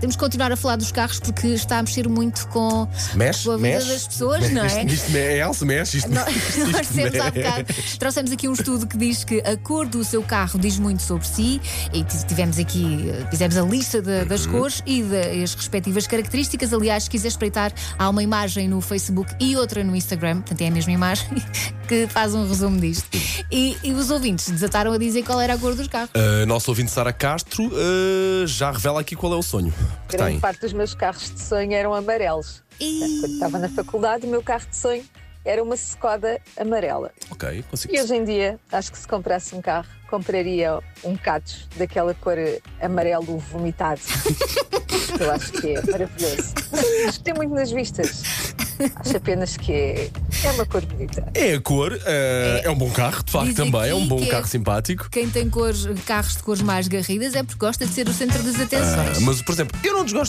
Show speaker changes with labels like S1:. S1: Temos que continuar a falar dos carros porque está a mexer muito com,
S2: Mexe,
S1: com a vida
S2: mexe.
S1: das pessoas, não é?
S2: Isto, isto me- é Elsa, mexe isto.
S1: Nós,
S2: isto
S1: nós temos há
S2: mexe.
S1: bocado, trouxemos aqui um estudo que diz que a cor do seu carro diz muito sobre si e t- tivemos aqui, eh, fizemos a lista da- das cores e das respectivas características. Aliás, se quiser espreitar, há uma imagem no Facebook e outra no Instagram, portanto é a mesma imagem, que faz um resumo disto. E, e os ouvintes desataram a dizer qual era a cor dos carros.
S2: Ah, nosso ouvinte Sara Castro ah, já revela aqui qual é o sonho que
S3: Grande
S2: tem.
S3: parte dos meus carros de sonho eram amarelos.
S1: E...
S3: Quando estava na faculdade, o meu carro de sonho era uma Skoda amarela.
S2: Ok, consigo.
S3: E hoje em dia, acho que se comprasse um carro, compraria um Catos daquela cor amarelo vomitado. Eu acho que é maravilhoso. Mas tem muito nas vistas. Acho apenas que é, é uma cor bonita.
S2: É a cor, ah, é. um bom carro, de facto,
S1: Diz
S2: também. É um
S1: aqui
S2: bom
S1: que é-
S2: carro simpático.
S1: Quem tem cores- carros de cores mais garridas é porque gosta de ser o centro das atenções.
S2: Ah, mas, por exemplo, eu não desgosto.